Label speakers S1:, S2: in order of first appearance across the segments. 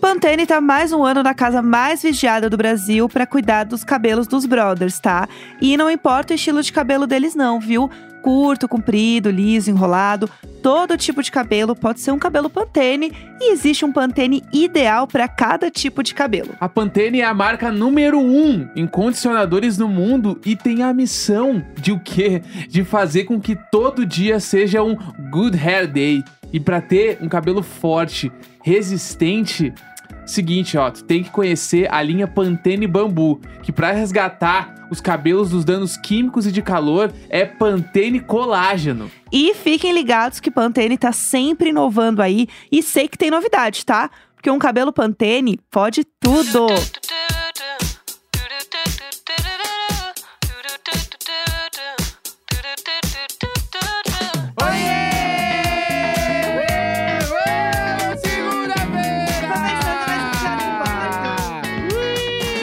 S1: Pantene tá mais um ano na casa mais vigiada do Brasil pra cuidar dos cabelos dos brothers, tá? E não importa o estilo de cabelo deles não, viu? Curto, comprido, liso, enrolado, todo tipo de cabelo pode ser um cabelo Pantene e existe um Pantene ideal pra cada tipo de cabelo.
S2: A Pantene é a marca número um em condicionadores no mundo e tem a missão de o quê? De fazer com que todo dia seja um Good Hair Day. E pra ter um cabelo forte, resistente, seguinte, ó, tu tem que conhecer a linha Pantene Bambu, que pra resgatar os cabelos dos danos químicos e de calor é Pantene Colágeno.
S1: E fiquem ligados que Pantene tá sempre inovando aí e sei que tem novidade, tá? Porque um cabelo Pantene pode tudo.
S2: Oiê! Segunda-feira!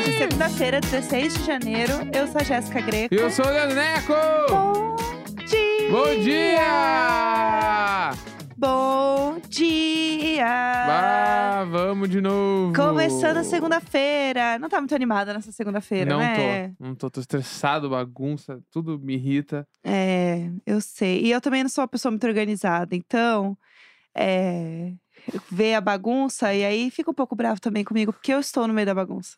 S1: De segunda-feira, 16 de janeiro, eu sou a Jéssica Greco.
S2: Eu sou o Leoneco!
S1: Bom dia!
S2: Bom dia!
S1: Bom dia!
S2: Ah, vamos de novo!
S1: Começando a segunda-feira. Não tá muito animada nessa segunda-feira,
S2: Não
S1: né?
S2: tô, não tô, tô estressado, bagunça, tudo me irrita.
S1: É, eu sei. E eu também não sou uma pessoa muito organizada, então. É. Ver a bagunça e aí fica um pouco bravo também comigo, porque eu estou no meio da bagunça.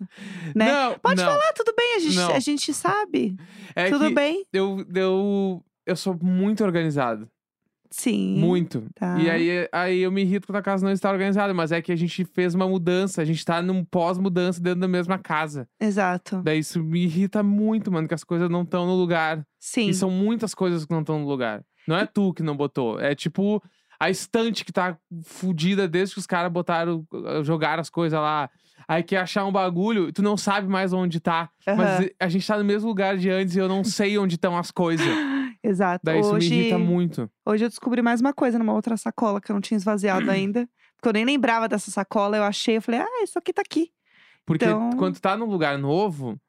S1: Né?
S2: Não,
S1: Pode
S2: não.
S1: falar, tudo bem, a gente,
S2: Não.
S1: a gente sabe.
S2: É
S1: tudo
S2: que
S1: bem?
S2: Eu, eu, eu sou muito organizado.
S1: Sim.
S2: Muito.
S1: tá.
S2: E aí, aí eu me irrito quando a casa não está organizada, mas é que a gente fez uma mudança, a gente tá num pós-mudança dentro da mesma casa.
S1: Exato.
S2: Daí isso me irrita muito, mano, que as coisas não estão no lugar.
S1: Sim.
S2: E são muitas coisas que não estão no lugar. Não é tu que não botou, é tipo a estante que tá fudida desde que os caras botaram, eh, jogaram as coisas lá. Aí quer achar um bagulho, e tu não sabe mais onde tá.
S1: Aham.
S2: Mas a gente tá no mesmo lugar de antes e eu não sei onde estão as coisas.
S1: Exato.
S2: Daí isso
S1: Hoje,
S2: me irrita muito.
S1: Hoje eu descobri mais uma coisa numa outra sacola que eu não tinha esvaziado ainda. Porque eu nem lembrava dessa sacola, eu achei, eu falei, ah, isso aqui tá aqui.
S2: Porque
S1: Então-
S2: quando tá num lugar novo,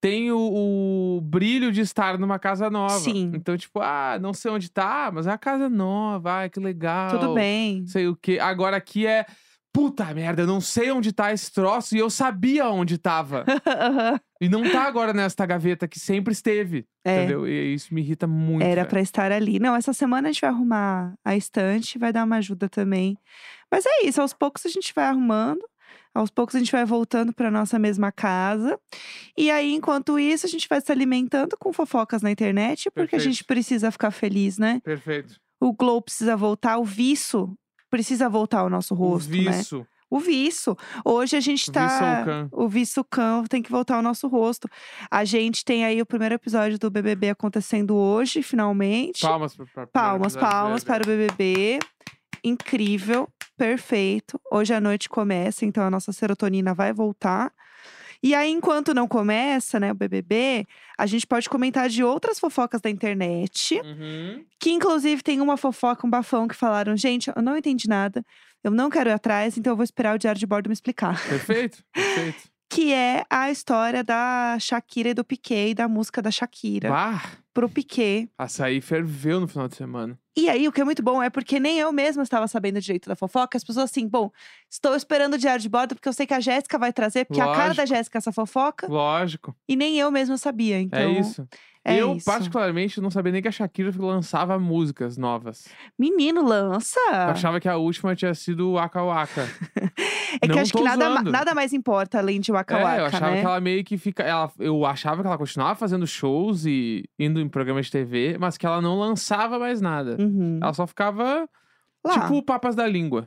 S2: tem o, o brilho de estar numa casa nova.
S1: Sim.
S2: Então, tipo, ah, não sei onde tá, mas é a casa nova, ai, que legal.
S1: Tudo bem.
S2: Sei o quê. Agora aqui é. Puta merda, eu não sei onde tá esse troço e eu sabia onde tava.
S1: Aham.
S2: e não tá agora nesta gaveta que sempre esteve.
S1: é,
S2: Entendeu? E isso me irrita muito.
S1: era
S2: velho.
S1: pra estar ali. Não, essa semana a gente vai arrumar a estante, vai dar uma ajuda também. Mas é isso, aos poucos a gente vai arrumando. Aos poucos a gente vai voltando pra nossa mesma casa. E aí, enquanto isso, a gente vai se alimentando com fofocas na internet, porque a
S2: Perfeito.
S1: gente precisa ficar feliz, né?
S2: Perfeito.
S1: o glow precisa voltar, o viço precisa voltar ao nosso
S2: O
S1: rosto, né?
S2: viço.
S1: O viço. Hoje a gente
S2: O
S1: tá.
S2: viço ao cão.
S1: O viço cão tem que voltar ao nosso rosto. A gente tem aí o primeiro episódio do BBB acontecendo hoje, finalmente.
S2: Palmas pra, pra,
S1: palmas, palmas para o
S2: né?
S1: BBB. Incrível, perfeito. Hoje à noite começa, então a nossa serotonina vai voltar. E aí, enquanto não começa, né, o BBB, a gente pode comentar de outras fofocas da internet.
S2: Uhum.
S1: Que inclusive tem uma fofoca, um bafão que falaram: gente, eu não entendi nada, eu não quero ir atrás, então eu vou esperar o diário de bordo me explicar.
S2: Perfeito, perfeito.
S1: Que é a história da Shakira e do Piquet, da música da Shakira
S2: Bah!
S1: pro Piquet.
S2: Açaí ferveu no final de semana.
S1: E aí, o que é muito bom é porque nem eu mesma estava sabendo direito da fofoca. As pessoas assim, bom, estou esperando o diário de bordo porque eu sei que a Jéssica vai trazer, porque a cara da
S2: Lógico.
S1: Jéssica é essa fofoca,
S2: Lógico.
S1: e nem eu mesma sabia. Então,
S2: é isso.
S1: é
S2: eu,
S1: isso.
S2: particularmente, não sabia nem que a Shakira lançava músicas novas.
S1: Menino, lança!
S2: Eu achava que a última tinha sido o Waka Waka.
S1: é que
S2: não
S1: acho
S2: tô
S1: que nada, ma-
S2: zoando.
S1: nada mais importa além de Waka
S2: é, eu
S1: Waka,
S2: achava
S1: né?
S2: que ela meio que fica. ela- eu achava que ela continuava fazendo shows e indo em programas de TV, mas que ela não lançava mais nada.
S1: Uhum.
S2: Ela só ficava
S1: Lá.
S2: tipo Papas da Língua.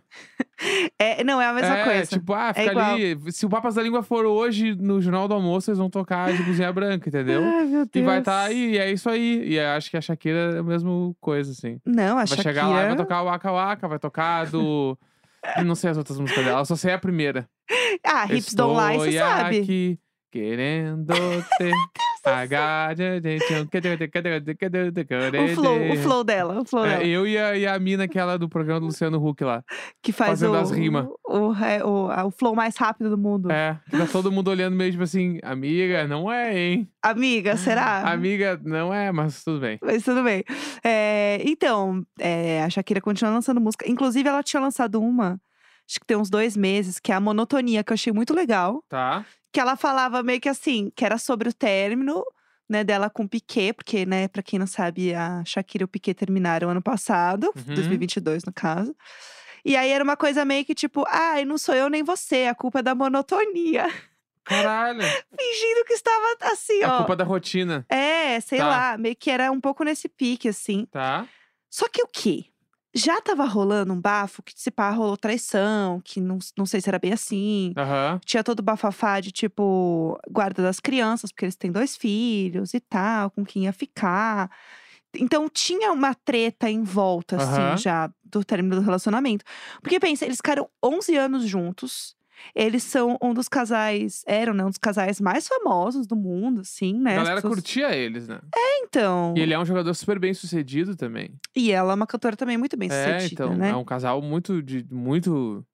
S1: É, não, é a mesma
S2: é,
S1: coisa.
S2: Tipo, ah, fica
S1: igual.
S2: ali. Se o Papas da Língua for hoje no Jornal do Almoço, eles vão tocar de cozinha branca, entendeu?
S1: Ai, meu
S2: E
S1: Deus.
S2: vai estar aí, e é isso aí. E eu acho que a Shakira é a mesma coisa, assim.
S1: Não, a
S2: vai
S1: Shakira.
S2: chegar lá e vai tá tocar o Waka Waka, vai tocar do. Eu não sei as outras músicas dela, eu só sei a primeira.
S1: Ah, Hips Don't Lie, você
S2: Estou
S1: sabe.
S2: aqui querendo te. um
S1: O
S2: o
S1: flow, o flow né? dela, o flow dela.
S2: eu É, e a, e a mina, aquela do programa do Luciano Huck lá.
S1: que faz
S2: fazendo
S1: o,
S2: as rimas.
S1: O, é, o, a- o flow mais rápido do mundo.
S2: É, que tá todo mundo olhando meio tipo assim, amiga, não é, hein?
S1: Amiga, será?
S2: Ah, Amiga, não é, mas tudo bem.
S1: Mas tudo bem. É, então, é, a Shakira continua lançando música. Inclusive, ela tinha lançado uma acho que tem uns dois meses, que é a monotonia, que eu achei muito legal.
S2: Tá.
S1: Que ela falava meio que assim, que era sobre o término, né, dela com o Piquet, porque, né, pra quem não sabe, a Shakira e o Piquet terminaram ano passado,
S2: Uhum.
S1: 2022 no caso. E aí era uma coisa meio que tipo, ai, não sou eu nem você, a culpa é da monotonia.
S2: Caralho.
S1: Fingindo que estava assim,
S2: A
S1: ó.
S2: culpa da rotina.
S1: É, sei
S2: Tá.
S1: lá, meio que era um pouco nesse pique, assim.
S2: Tá.
S1: Só que o quê? Já tava rolando um bafo que se pá rolou traição, que não, não sei se era bem assim.
S2: Aham.
S1: Tinha todo o bafafá de, tipo, guarda das crianças, porque eles têm dois filhos e tal, com quem ia ficar. Então tinha uma treta em volta, assim,
S2: Aham.
S1: já do término do relacionamento. Porque pensa, eles ficaram 11 anos juntos. Eles são um dos casais, eram, né, um dos casais mais famosos do mundo, assim, né?
S2: A
S1: As
S2: galera
S1: pessoas-
S2: curtia eles, né?
S1: Então.
S2: E ele é um jogador super bem sucedido também.
S1: E ela é uma cantora também muito bem
S2: é,
S1: sucedida,
S2: então.
S1: né?
S2: É um casal muito de. muito.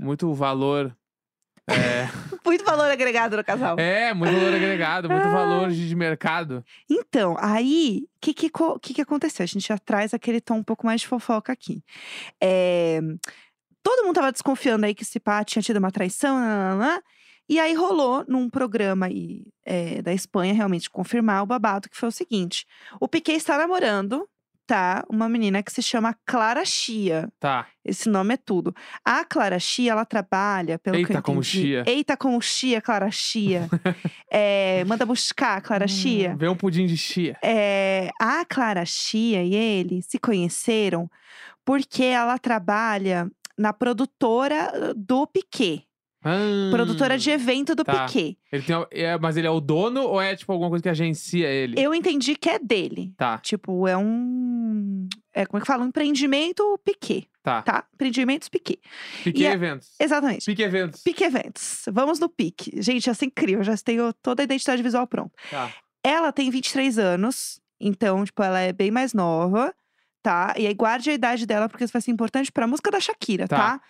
S2: muito valor. É,
S1: Muito valor agregado no casal.
S2: é, muito valor agregado, muito valor de de mercado.
S1: Então, aí, o que que, co- que que aconteceu? A gente já traz aquele tom um pouco mais de fofoca aqui. É, todo mundo tava desconfiando aí que esse pá tinha tido uma traição, nananã. E aí rolou num programa aí é, da Espanha realmente confirmar o babado, que foi o seguinte: o Piquet está namorando, tá? Uma menina que se chama Clara Chia.
S2: Tá.
S1: Esse nome é tudo. A Clara Chia, ela trabalha pelo que eu
S2: Eita, como
S1: entendi-
S2: chia.
S1: Eita como chia, Clara Chia. É, manda buscar, Clara Chia.
S2: Vê um pudim de chia.
S1: É, a Clara Chia e ele se conheceram porque ela trabalha na produtora eh, do Piquet.
S2: Hum.
S1: Produtora de evento do
S2: tá.
S1: Piquet.
S2: Ele tem, é, mas ele é o dono ou é tipo alguma coisa que agencia ele?
S1: Eu entendi que é dele.
S2: Tá,
S1: Tipo, é um… É, como é que fala? Um empreendimento Piquet,
S2: tá.
S1: tá? Empreendimentos Piquet.
S2: Pique
S1: E é a-
S2: eventos.
S1: Exatamente.
S2: Pique eventos.
S1: Pique Eventos. Vamos no Pique. Gente, essa é incrível. Eu já tenho toda a identidade visual pronta.
S2: Tá.
S1: Ela tem 23 anos, então, tipo, ela é bem mais nova, tá? E aí guarde a idade dela, porque isso vai ser importante pra música da Shakira,
S2: Tá.
S1: tá?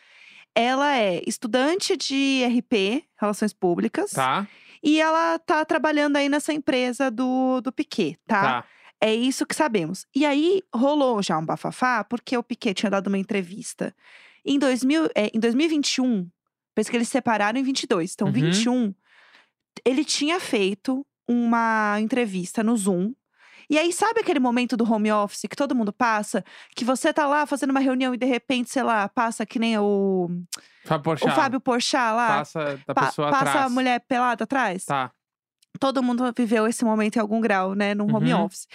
S1: Ela é estudante de RP, Relações Públicas.
S2: Tá,
S1: E ela tá trabalhando aí nessa empresa do, do Piquet,
S2: tá.
S1: é isso que sabemos. E aí rolou já um bafafá, porque o Piquet tinha dado uma entrevista. Em, 2000, é, em 2021, penso que eles separaram em 22, então
S2: Uhum.
S1: 21, ele tinha feito uma entrevista no Zoom. E aí, sabe aquele momento do home office que todo mundo passa? Que você tá lá fazendo uma reunião e de repente, sei lá, passa que nem o,
S2: Fábio
S1: o
S2: Porchat.
S1: Fábio Porchat lá.
S2: Passa da
S1: pa-
S2: pessoa
S1: passa
S2: atrás.
S1: a mulher pelada atrás?
S2: Tá.
S1: todo mundo viveu esse momento em algum grau, né, no home
S2: Uhum.
S1: office.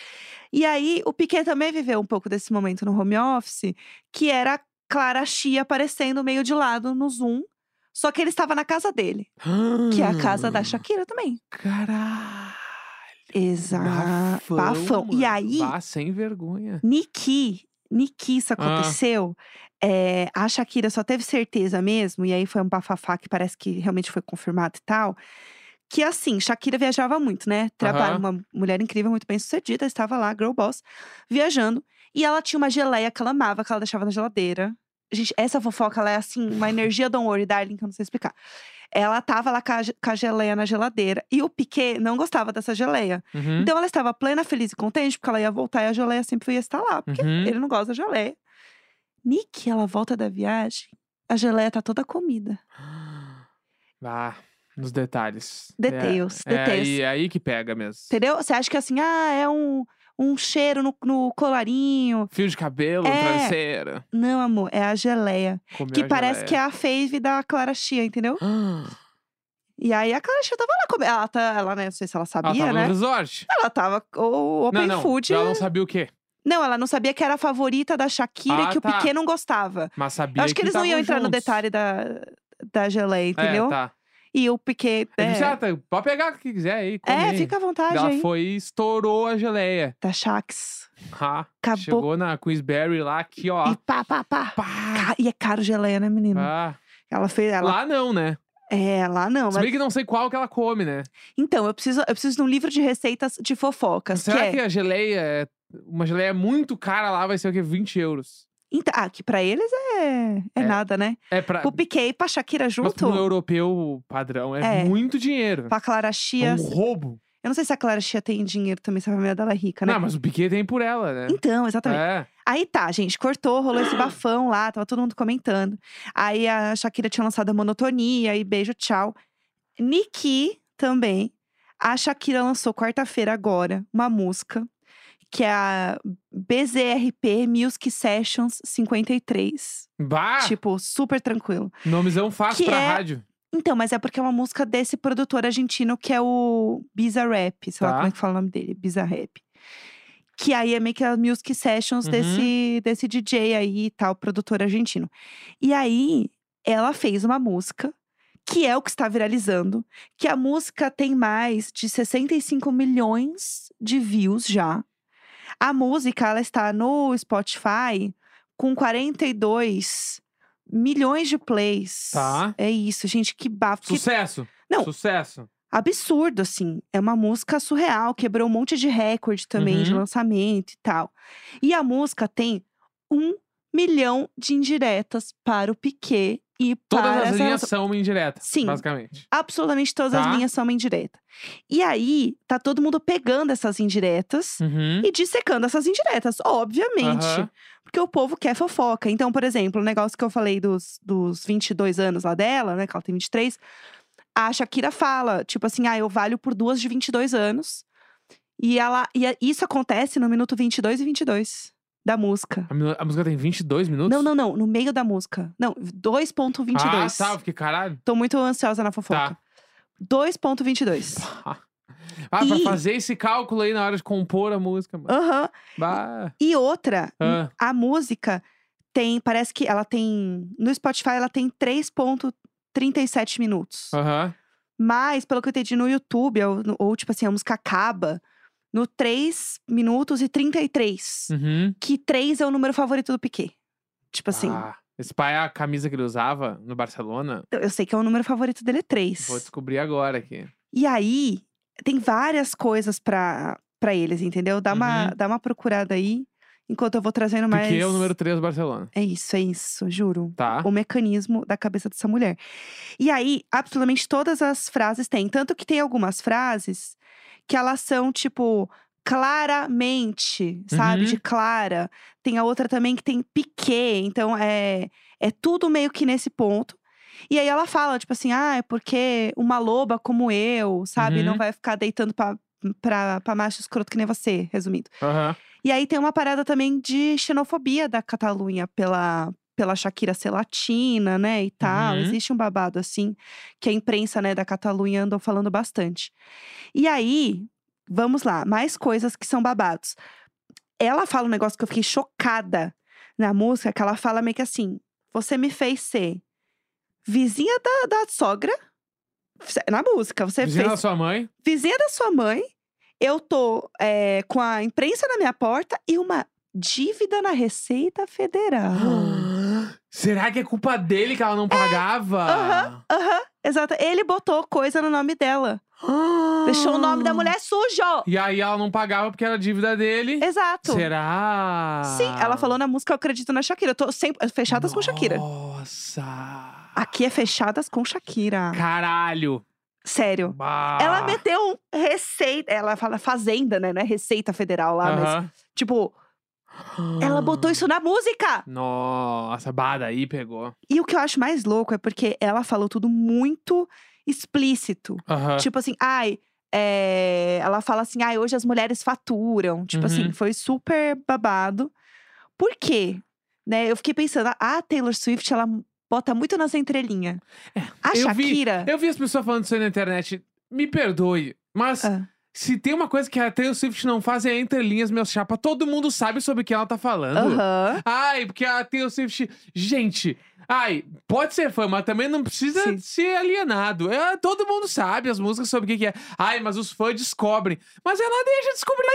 S1: E aí, o Piquet também viveu um pouco desse momento no home office, que era a Clara Chia aparecendo meio de lado no Zoom. Só que ele estava na casa dele, que é a casa
S2: Hum.
S1: da Shakira também.
S2: Caralho.
S1: Exato.
S2: Bafão.
S1: Bafão.
S2: mano.
S1: E aí,
S2: Bah, sem vergonha.
S1: Niki, Niki, isso
S2: Ah.
S1: aconteceu. É, a Shakira só teve certeza mesmo, e aí foi um bafafá que parece que realmente foi confirmado e tal. Que assim, Shakira viajava muito, né? Trabalha,
S2: Aham.
S1: uma mulher incrível, muito bem sucedida, estava lá, girl boss, viajando. E ela tinha uma geleia que ela amava, que ela deixava na geladeira. Gente, essa fofoca, ela é assim, uma energia don't worry, darling, que eu não sei explicar. Ela tava lá com a, ge- com a geleia na geladeira. E o Piquet não gostava dessa geleia.
S2: Uhum.
S1: Então ela estava plena, feliz e contente, porque ela ia voltar e a geleia sempre ia estar lá. Porque
S2: Uhum.
S1: ele não gosta da geleia. Nick, ela volta da viagem, a geleia tá toda comida.
S2: É, Ah, nos detalhes.
S1: Details,
S2: É, é
S1: details.
S2: aí, é aí que pega mesmo.
S1: Entendeu? Você acha que assim, ah, é um, um cheiro no, no colarinho.
S2: Fio de cabelo,
S1: É.
S2: travesseira.
S1: Não, amor, é a geleia.
S2: comeu
S1: que
S2: a
S1: parece
S2: geleia.
S1: que é a fave da Clara Chia, entendeu?
S2: Ah,
S1: E aí a Clara Chia tava lá comendo. Ela, tá, ela, né, não sei se ela
S2: Ela
S1: sabia,
S2: tava
S1: né?
S2: no resort.
S1: Ela tava o
S2: não,
S1: Open
S2: não.
S1: Food.
S2: Ela não sabia o quê.
S1: Não, ela não sabia que era a favorita da Shakira
S2: Ah,
S1: e que
S2: tá.
S1: o Piquet não gostava.
S2: Mas sabia
S1: Eu acho que eles não
S2: tavam
S1: iam entrar no
S2: juntos.
S1: detalhe da, da geleia, entendeu?
S2: É, tá.
S1: E o Piquet.
S2: Ele disse,
S1: É,
S2: ah, tá, pode pegar o que quiser aí.
S1: é,
S2: comer.
S1: fica à vontade
S2: Ela
S1: aí.
S2: foi e estourou a geleia.
S1: Da Shax.
S2: Ah,
S1: Acabou.
S2: Chegou na Queensberry lá, aqui, ó.
S1: E pá, pá, pá.
S2: Pá,
S1: Ca- E é caro geleia, né, menina?
S2: pá.
S1: Ela fez. Ela...
S2: Ah. Lá não, né?
S1: É, lá não.
S2: Se
S1: Mas...
S2: bem que não sei qual que ela come, né?
S1: Então, eu preciso, eu preciso de um livro de receitas de fofocas.
S2: Será
S1: é-
S2: que a geleia, é- uma geleia muito cara lá vai ser o quê? 20 euros.
S1: Então, ah, que pra eles é, é,
S2: É.
S1: nada, né?
S2: É pra...
S1: O Piquet e pra Shakira
S2: Mas pro
S1: junto,
S2: europeu padrão, é,
S1: É. assim.
S2: muito dinheiro.
S1: pra Clara
S2: É
S1: Chia.
S2: um roubo.
S1: Eu não sei se a Clara Chia tem dinheiro também, se a família dela é rica, né?
S2: Não, mas o Piquet tem por ela, né?
S1: Então, exatamente.
S2: É.
S1: Aí tá, gente, cortou, rolou esse bafão lá, tava todo mundo comentando. Aí a Shakira tinha lançado a Monotonia e beijo, tchau. Nicki também. A Shakira lançou quarta-feira agora uma música que é a BZRP Music Sessions 53.
S2: Bah!
S1: Tipo, super tranquilo.
S2: Nomezão fácil
S1: que
S2: pra
S1: é-
S2: rádio.
S1: Então, mas é porque é uma música desse produtor argentino que é o Bizarrap, sei
S2: Tá.
S1: lá como é que fala o nome dele, Bizarrap. Que aí é meio que a music sessions
S2: Uhum.
S1: desse, desse DJ aí e tal, produtor argentino. E aí, ela fez uma música, que é o que está viralizando, que a música tem mais de 65 milhões de views já. A música, ela está no Spotify com 42 milhões de plays.
S2: Tá.
S1: É isso, gente, que bafo. que
S2: Sucesso.
S1: Não.
S2: Sucesso.
S1: absurdo, assim. É uma música surreal, quebrou um monte de recorde também de
S2: Uhum.
S1: lançamento e tal. E a música tem um milhão de indiretas para o Piquet e
S2: Todas
S1: para
S2: as
S1: essa
S2: linhas são uma indireta.
S1: Sim.
S2: Basicamente.
S1: Absolutamente todas
S2: Tá.
S1: as linhas são uma indireta. E aí, tá todo mundo pegando essas indiretas
S2: Uhum.
S1: e dissecando essas indiretas, obviamente.
S2: Aham.
S1: Porque o povo quer fofoca. Então, por exemplo, o negócio que eu falei dos, dos 22 anos lá dela, né? Que ela tem 23. A Shakira fala, tipo assim, ah, eu valho por duas de 22 anos. E, ela, e a- isso acontece no minuto 22 e 22 da música.
S2: A, minu- a música tem 22 minutos?
S1: Não, não, não. No meio da música. Não, 2.22.
S2: Ah, tá. Porque caralho.
S1: Tô muito ansiosa na fofoca.
S2: Tá.
S1: 2.22.
S2: Ah, pra
S1: E-
S2: fazer esse cálculo aí na hora de compor a música. mano.
S1: Aham.
S2: Bah.
S1: E outra, hum,
S2: Ah.
S1: a música tem, parece que ela tem, no Spotify ela tem 3.37 minutos.
S2: Aham.
S1: Mas, pelo que eu entendi no YouTube, ou, ou, tipo assim, a música acaba no 3 minutos e 33.
S2: Uhum.
S1: Que 3 é o número favorito do Piquet. Tipo assim,
S2: Ah, esse pai é a camisa que ele usava no Barcelona.
S1: eu eu sei que é o número favorito dele é 3.
S2: Vou descobrir agora aqui.
S1: E aí, tem várias coisas pra, pra eles, entendeu? Dá, uma,
S2: Uhum.
S1: dá uma procurada aí, enquanto eu vou trazendo mais.
S2: Piquet é o número 3 do Barcelona.
S1: É isso, é isso, juro.
S2: Tá.
S1: o mecanismo da cabeça dessa mulher. E aí, absolutamente todas as frases têm. Tanto que tem algumas frases que elas são, tipo, claramente, sabe?
S2: Uhum.
S1: De clara. Tem a outra também que tem piquê. Então, é, é tudo meio que nesse ponto. E aí ela fala, tipo assim, ah, é porque uma loba como eu, sabe?
S2: Uhum.
S1: Não vai ficar deitando pra, pra, pra macho escroto que nem você, resumindo.
S2: Aham.
S1: E aí tem uma parada também de xenofobia da Catalunha pela, pela Shakira ser latina, né, e tal.
S2: Uhum.
S1: Existe um babado assim que a imprensa, né, da Catalunha andou falando bastante. E aí, vamos lá, mais coisas que são babados. Ela fala um negócio que eu fiquei chocada na música, que ela fala meio que assim: "Você me fez ser vizinha da, da sogra". Na música, você
S2: Vizinha
S1: fez
S2: da sua mãe.
S1: vizinha da sua mãe, eu tô é, com a imprensa na minha porta e uma dívida na Receita Federal.
S2: Será que é culpa dele que ela não pagava?
S1: Aham, exato. Ele botou coisa no nome dela. Deixou o nome
S2: Ah.
S1: da mulher sujo.
S2: E aí ela não pagava porque era dívida dele.
S1: Exato.
S2: Será?
S1: Sim, ela falou na música Eu Acredito na Shakira. Eu tô sempre fechadas com Shakira.
S2: Nossa.
S1: Aqui é fechadas com Shakira.
S2: Caralho.
S1: Sério.
S2: Bah.
S1: Ela meteu um receita. Ela fala fazenda, né? Não é Receita Federal lá, mas.
S2: Aham.
S1: Tipo, ela botou isso na música.
S2: Nossa, bah, daí pegou.
S1: E o que eu acho mais louco é porque ela falou tudo muito explícito.
S2: Aham.
S1: Tipo assim, ai. é, Ela fala assim, ai, hoje as mulheres faturam. Tipo assim,
S2: Uhum.
S1: foi super babado. Por quê? Né, eu fiquei pensando, a Taylor Swift, ela bota muito nas entrelinhas. a
S2: É, eu vi-
S1: Shakira.
S2: Eu vi as pessoas falando isso aí na internet. Me perdoe, mas
S1: Ah,
S2: se tem uma coisa que a Taylor Swift não faz é entre linhas, meus chapa. Todo mundo sabe sobre o que ela tá falando.
S1: Aham.
S2: Ai, porque a Taylor Swift. Gente, ai, pode ser fã, mas também não precisa
S1: Sim.
S2: ser alienado. É, todo mundo sabe as músicas sobre o que, que é. Ai, mas os fãs descobrem. Mas ela deixa descobrir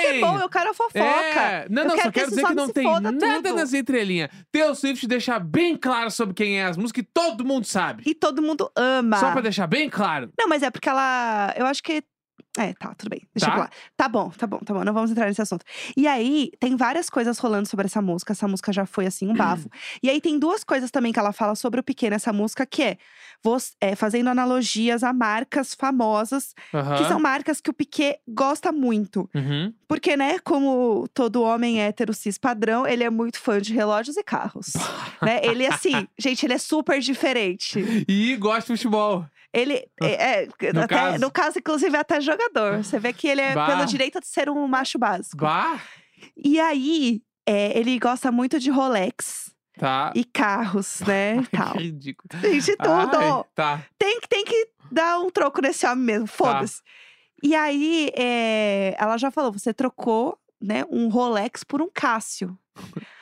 S1: Isso que é bom, eu quero fofoca.
S2: É, não,
S1: Eu
S2: não,
S1: quero
S2: só
S1: que
S2: quero
S1: esse
S2: dizer que
S1: sobe
S2: não
S1: se
S2: tem
S1: foda
S2: nada
S1: tudo.
S2: nas entrelinhas. Taylor Swift deixa bem claro sobre quem é as músicas que todo mundo sabe.
S1: E todo mundo ama.
S2: Só pra deixar bem claro.
S1: Não, mas é porque ela. Eu acho que É, tá, tudo bem. Deixa
S2: Tá?
S1: eu lá. Tá bom, tá bom, tá bom. Não vamos entrar nesse assunto. E aí, tem várias coisas rolando sobre essa música. Essa música já foi, assim, um bafo. e aí, tem duas coisas também que ela fala sobre o Piquet nessa música, que é, vos- é, fazendo analogias a marcas famosas,
S2: Aham.
S1: que são marcas que o Piquet gosta muito.
S2: Uhum.
S1: Porque, né, como todo homem hétero cis padrão, ele é muito fã de relógios e carros. né? Ele, assim, gente, ele é super diferente.
S2: E gosta de futebol.
S1: Ele é, é,
S2: No
S1: até-
S2: caso.
S1: no caso, inclusive, é até jogador. Você vê que ele é
S2: Bah.
S1: pela direita de ser um macho básico.
S2: Bah!
S1: E aí, é, ele gosta muito de Rolex
S2: Tá.
S1: e carros, né? e tal.
S2: Que ridículo.
S1: Gente, tudo!
S2: Ai, tá.
S1: Tem, que- tem que dar um troco nesse homem mesmo, foda-se. E aí, é, ela já falou: você trocou né, um Rolex por um Cássio.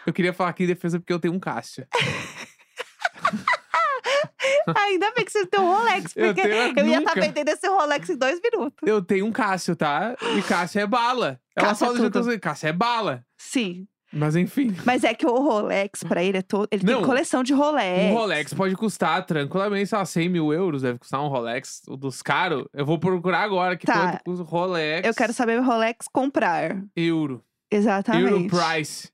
S2: Eu queria falar aqui em defesa porque eu tenho um Cássio.
S1: Ainda bem que você tem um Rolex,
S2: Eu
S1: porque eu,
S2: tenho-
S1: ia estar
S2: nunca.
S1: vendendo esse Rolex em dois minutos.
S2: Eu tenho um Cássio, tá? E Cássio é bala. Ela
S1: Cássio
S2: só
S1: é
S2: deixa eu
S1: tudo.
S2: dizer, Cássio é bala.
S1: Sim.
S2: Mas enfim.
S1: Mas é que o Rolex, pra ele, é todo. Ele
S2: Não.
S1: tem coleção de Rolex.
S2: Um Rolex pode custar tranquilamente, sei lá, 100 mil euros. Deve custar um Rolex o dos caros. Eu vou procurar agora que
S1: Tá.
S2: quanto custa o Rolex.
S1: Eu quero saber o Rolex comprar.
S2: Euro. Euro
S1: Exatamente.
S2: price.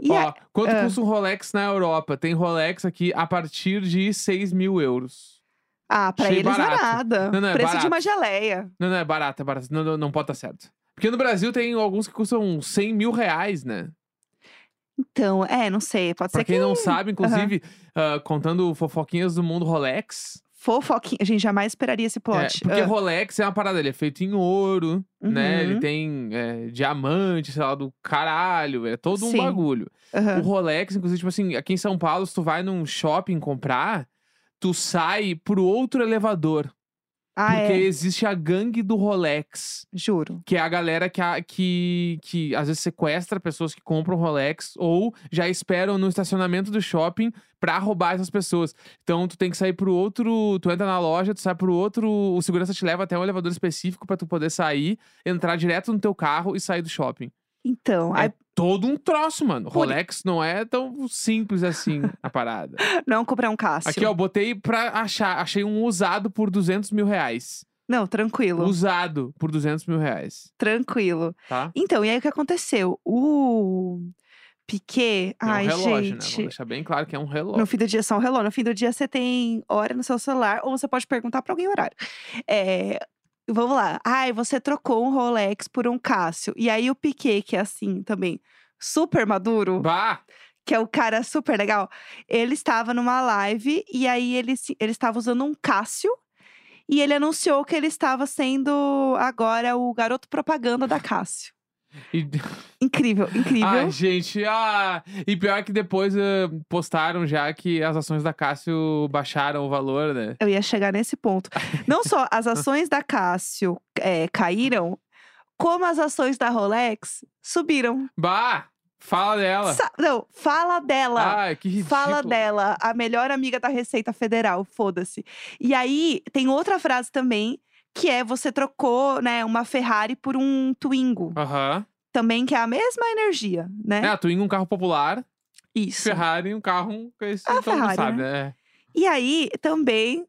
S1: E
S2: Ó,
S1: a-
S2: quanto
S1: Ah.
S2: custa um Rolex na Europa? Tem Rolex aqui a partir de 6 mil euros.
S1: Ah, pra
S2: achei
S1: eles não é
S2: barato.
S1: nada.
S2: Não, não, é
S1: Preço
S2: barato.
S1: de uma geleia.
S2: Não, não, é barato, é barato. Não, não, não pode estar certo. Porque no Brasil tem alguns que custam 100 mil reais, né?
S1: Então, é, não sei. Pode
S2: Pra
S1: ser
S2: quem
S1: que
S2: não sabe, inclusive, ah, contando fofoquinhas do mundo Rolex.
S1: fofoquinha. A gente jamais esperaria esse
S2: É,
S1: plot.
S2: porque
S1: Ah,
S2: Rolex é uma parada, ele é feito em ouro,
S1: Uhum.
S2: né? Ele tem é, diamante, sei lá, do caralho, é todo um
S1: Sim. Ah.
S2: bagulho.
S1: aham.
S2: O Rolex, inclusive, tipo assim, aqui em São Paulo, se tu vai num shopping comprar, tu sai pro outro elevador.
S1: Ah,
S2: porque
S1: é.
S2: existe a gangue do Rolex.
S1: Juro.
S2: Que é a galera que, a- que, que às vezes sequestra pessoas que compram Rolex ou já esperam no estacionamento do shopping pra roubar essas pessoas. Então tu tem que sair pro outro. Tu entra na loja, tu sai pro outro. O segurança te leva até um elevador específico pra tu poder sair, entrar direto no teu carro e sair do shopping.
S1: Então,
S2: É
S1: ai,
S2: todo um troço, mano.
S1: Por-
S2: Rolex não é tão simples assim a parada.
S1: não comprar um Cássio.
S2: Aqui, ó, botei pra achar. Achei um usado por 200 mil reais.
S1: Não, tranquilo.
S2: Usado por 200 mil reais.
S1: Tranquilo.
S2: Tá?
S1: Então, e aí o que aconteceu? O Piquet.
S2: É um
S1: ai,
S2: relógio, né?
S1: gente.
S2: Vamos deixar bem claro que é um
S1: No
S2: relógio.
S1: fim do dia é só um relógio. No fim do dia você tem hora no seu celular ou você pode perguntar pra alguém o horário. É, vamos lá. Ai, você trocou um Rolex por um Cássio. E aí o Piquet, que é assim também, super maduro,
S2: Bah!
S1: que é o cara super legal, ele estava numa live e aí ele, se- ele estava usando um Cássio. E ele anunciou que ele estava sendo agora o garoto propaganda da Cássio.
S2: E...
S1: Incrível, incrível.
S2: Ai, gente, ah! E pior que depois eh, postaram já que as ações da Cássio baixaram o valor, né?
S1: Eu ia chegar nesse ponto. Não só as ações da Cássio é, caíram, como as ações da Rolex subiram.
S2: Bah! Fala dela!
S1: Sa- não, fala dela.
S2: Ai, que ridículo.
S1: Fala dela, a melhor amiga da Receita Federal, foda-se. E aí, tem outra frase também, que é você trocou, né, uma Ferrari por um Twingo.
S2: Aham.
S1: Também que é a mesma energia,
S2: É,
S1: né?
S2: a Twingo, um carro popular,
S1: Isso.
S2: Ferrari, um carro que esse
S1: Ah,
S2: todo mundo
S1: Ferrari,
S2: sabe, né?
S1: E aí, também,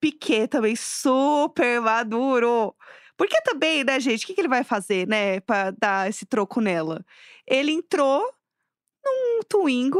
S1: Piquet também super maduro. Porque também, né, gente, o que, que ele vai fazer, né, pra dar esse troco nela? Ele entrou num Twingo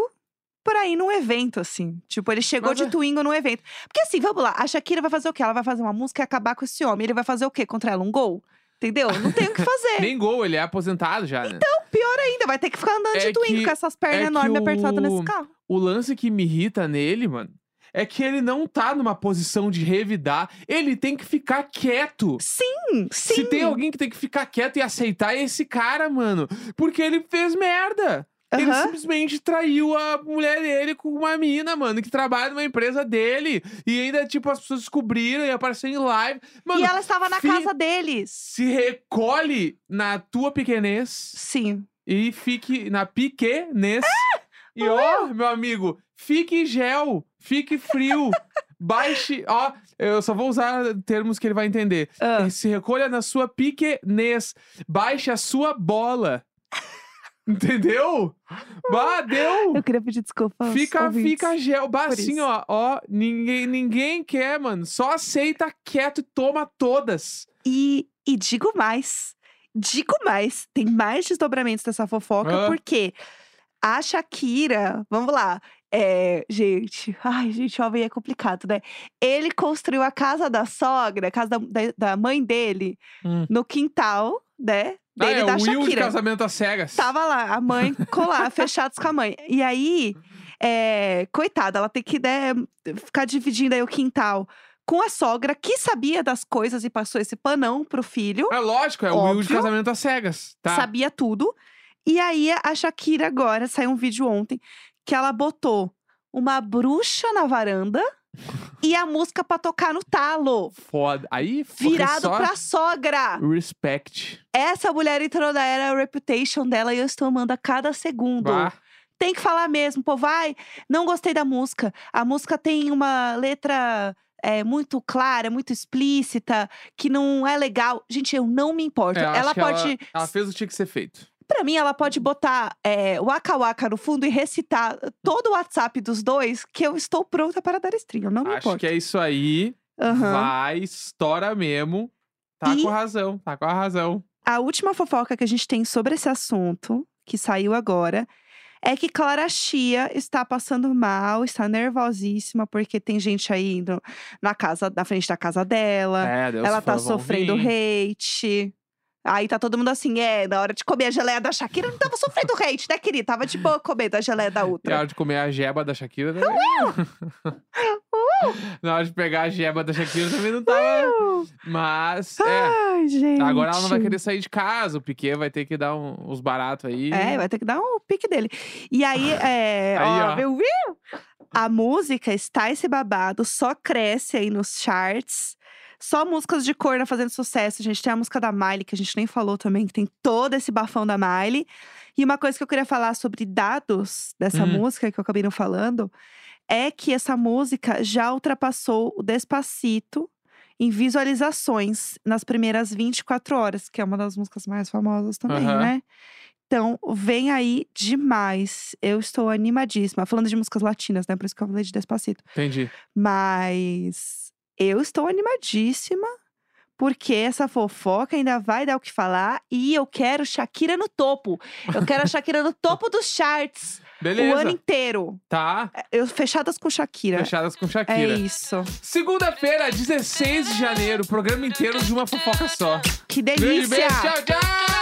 S1: por aí num evento, assim. Tipo, ele chegou
S2: Mas
S1: de
S2: é-
S1: Twingo num evento. Porque assim, vamos lá, a Shakira vai fazer o quê? Ela vai fazer uma música e acabar com esse homem. Ele vai fazer o quê? Contra ela? Um gol? Entendeu? Não tem o que fazer.
S2: Nem gol, ele é aposentado já, né?
S1: Então Ainda vai ter que ficar andando
S2: É
S1: de Twingo
S2: que-
S1: com essas
S2: é
S1: pernas
S2: que
S1: enormes apertadas
S2: o-
S1: nesse carro.
S2: O lance que me irrita nele, mano, é que ele não tá numa posição de revidar. Ele tem que ficar quieto.
S1: Sim, sim.
S2: Se tem alguém que tem que ficar quieto e aceitar, é esse cara, mano. Porque ele fez merda. Ele
S1: Aham.
S2: simplesmente traiu a mulher dele com uma mina, mano, que trabalha numa empresa dele. E ainda, tipo, as pessoas descobriram e apareceu em live. Mano,
S1: E ela estava na
S2: fi-
S1: casa deles.
S2: se recolhe na tua pequenez
S1: Sim.
S2: e fique na pequenez.
S1: Ah!
S2: E ó, meu amigo, fique gel, fique frio. Baixe, ó, eu só vou usar termos que ele vai entender. Eh,
S1: Ah.
S2: Se recolha na sua pequenez. Baixe a sua bola. Entendeu? Bah, deu!
S1: Eu queria pedir desculpa. aos
S2: Hum. Fica,
S1: ouvintes.
S2: fica gel. Bah,
S1: por
S2: assim,
S1: isso.
S2: ó. Ó, ninguém, ninguém quer, mano. Só aceita quieto e toma todas.
S1: E, E digo mais. Digo mais. Tem mais desdobramentos dessa fofoca,
S2: Ah.
S1: porque a Shakira. Vamos lá. É, gente, ai, gente, jovem é complicado, né? Ele construiu a casa da sogra, a casa da, da- da mãe dele,
S2: Hum.
S1: no quintal, né?
S2: Ah,
S1: Dele
S2: é
S1: e da
S2: o Will de
S1: Shakira. Tá
S2: casamento às cegas.
S1: Tava lá, a mãe colar, fechados com a mãe. E aí, é, coitada, ela tem que né, ficar dividindo aí o quintal com a sogra, que sabia das coisas e passou esse panão pro filho,
S2: É lógico, é o Will de
S1: Óbvio.
S2: casamento às cegas. Tá.
S1: sabia tudo. E aí, a Shakira agora, saiu um vídeo ontem, que ela botou uma bruxa na varanda e a música pra tocar no talo.
S2: Foda. Aí foi
S1: Virado
S2: só
S1: pra sogra.
S2: respect.
S1: Essa mulher entrou na era reputation dela e eu estou amando a cada segundo.
S2: Bah.
S1: tem que falar mesmo, pô, vai. Não gostei da música. A música tem uma letra é, muito clara, muito explícita, que não é legal. Gente, eu não me importo.
S2: É, eu acho
S1: ela
S2: que
S1: pode.
S2: Ela, ela fez Uhum. o que tinha que ser feito.
S1: Pra mim, ela pode botar é, Waka Waka no fundo e recitar todo o WhatsApp dos dois, que eu estou pronta para dar stream. Eu não me
S2: acho
S1: importo.
S2: que é isso aí.
S1: Aham.
S2: Vai, estoura mesmo. Tá
S1: E-
S2: com razão, tá com a razão.
S1: A última fofoca que a gente tem sobre esse assunto, que saiu agora, é que Clara Chia está passando mal, está nervosíssima, porque tem gente aí indo na casa, na frente da casa dela.
S2: É, Deus
S1: ela tá sofrendo hate. Aí tá todo mundo assim, é, na hora de comer a geleia da Shakira, não tava sofrendo hate, né, querida? Tava de boa comendo a geleia da
S2: E na
S1: outra.
S2: hora de comer a jeba da Shakira também.
S1: Uh!
S2: na hora de pegar a jeba da Shakira também não tava. Mas, é.
S1: Ai, gente.
S2: Agora ela não vai querer sair de casa. O Piquet vai ter que dar um- uns baratos aí.
S1: É, vai ter que dar um pique dele. E aí, é,
S2: Aí,
S1: ó,
S2: ó.
S1: meu viu? A música está esse babado, só cresce aí nos charts. Só músicas de corna fazendo sucesso, gente. Tem a música da Miley, que a gente nem falou também, que tem todo esse bafão da Miley. E uma coisa que eu queria falar sobre dados dessa
S2: Hum.
S1: música, que eu acabei não falando, é que essa música já ultrapassou o Despacito em visualizações nas primeiras 24 horas, que é uma das músicas mais famosas também,
S2: Aham.
S1: né? Então, vem aí demais. Eu estou animadíssima. Falando de músicas latinas, né? Por isso que eu falei de Despacito.
S2: Entendi.
S1: Mas eu estou animadíssima, porque essa fofoca ainda vai dar o que falar. E eu quero Shakira no topo. Eu quero a Shakira no topo dos charts o ano
S2: Beleza.
S1: inteiro.
S2: Tá.
S1: Eu, fechadas com Shakira.
S2: Fechadas com
S1: É
S2: Shakira.
S1: isso.
S2: Segunda-feira, 16 de janeiro. Programa inteiro de uma fofoca só.
S1: Que
S2: Grande
S1: delícia!
S2: beijo. Tchau, tchau.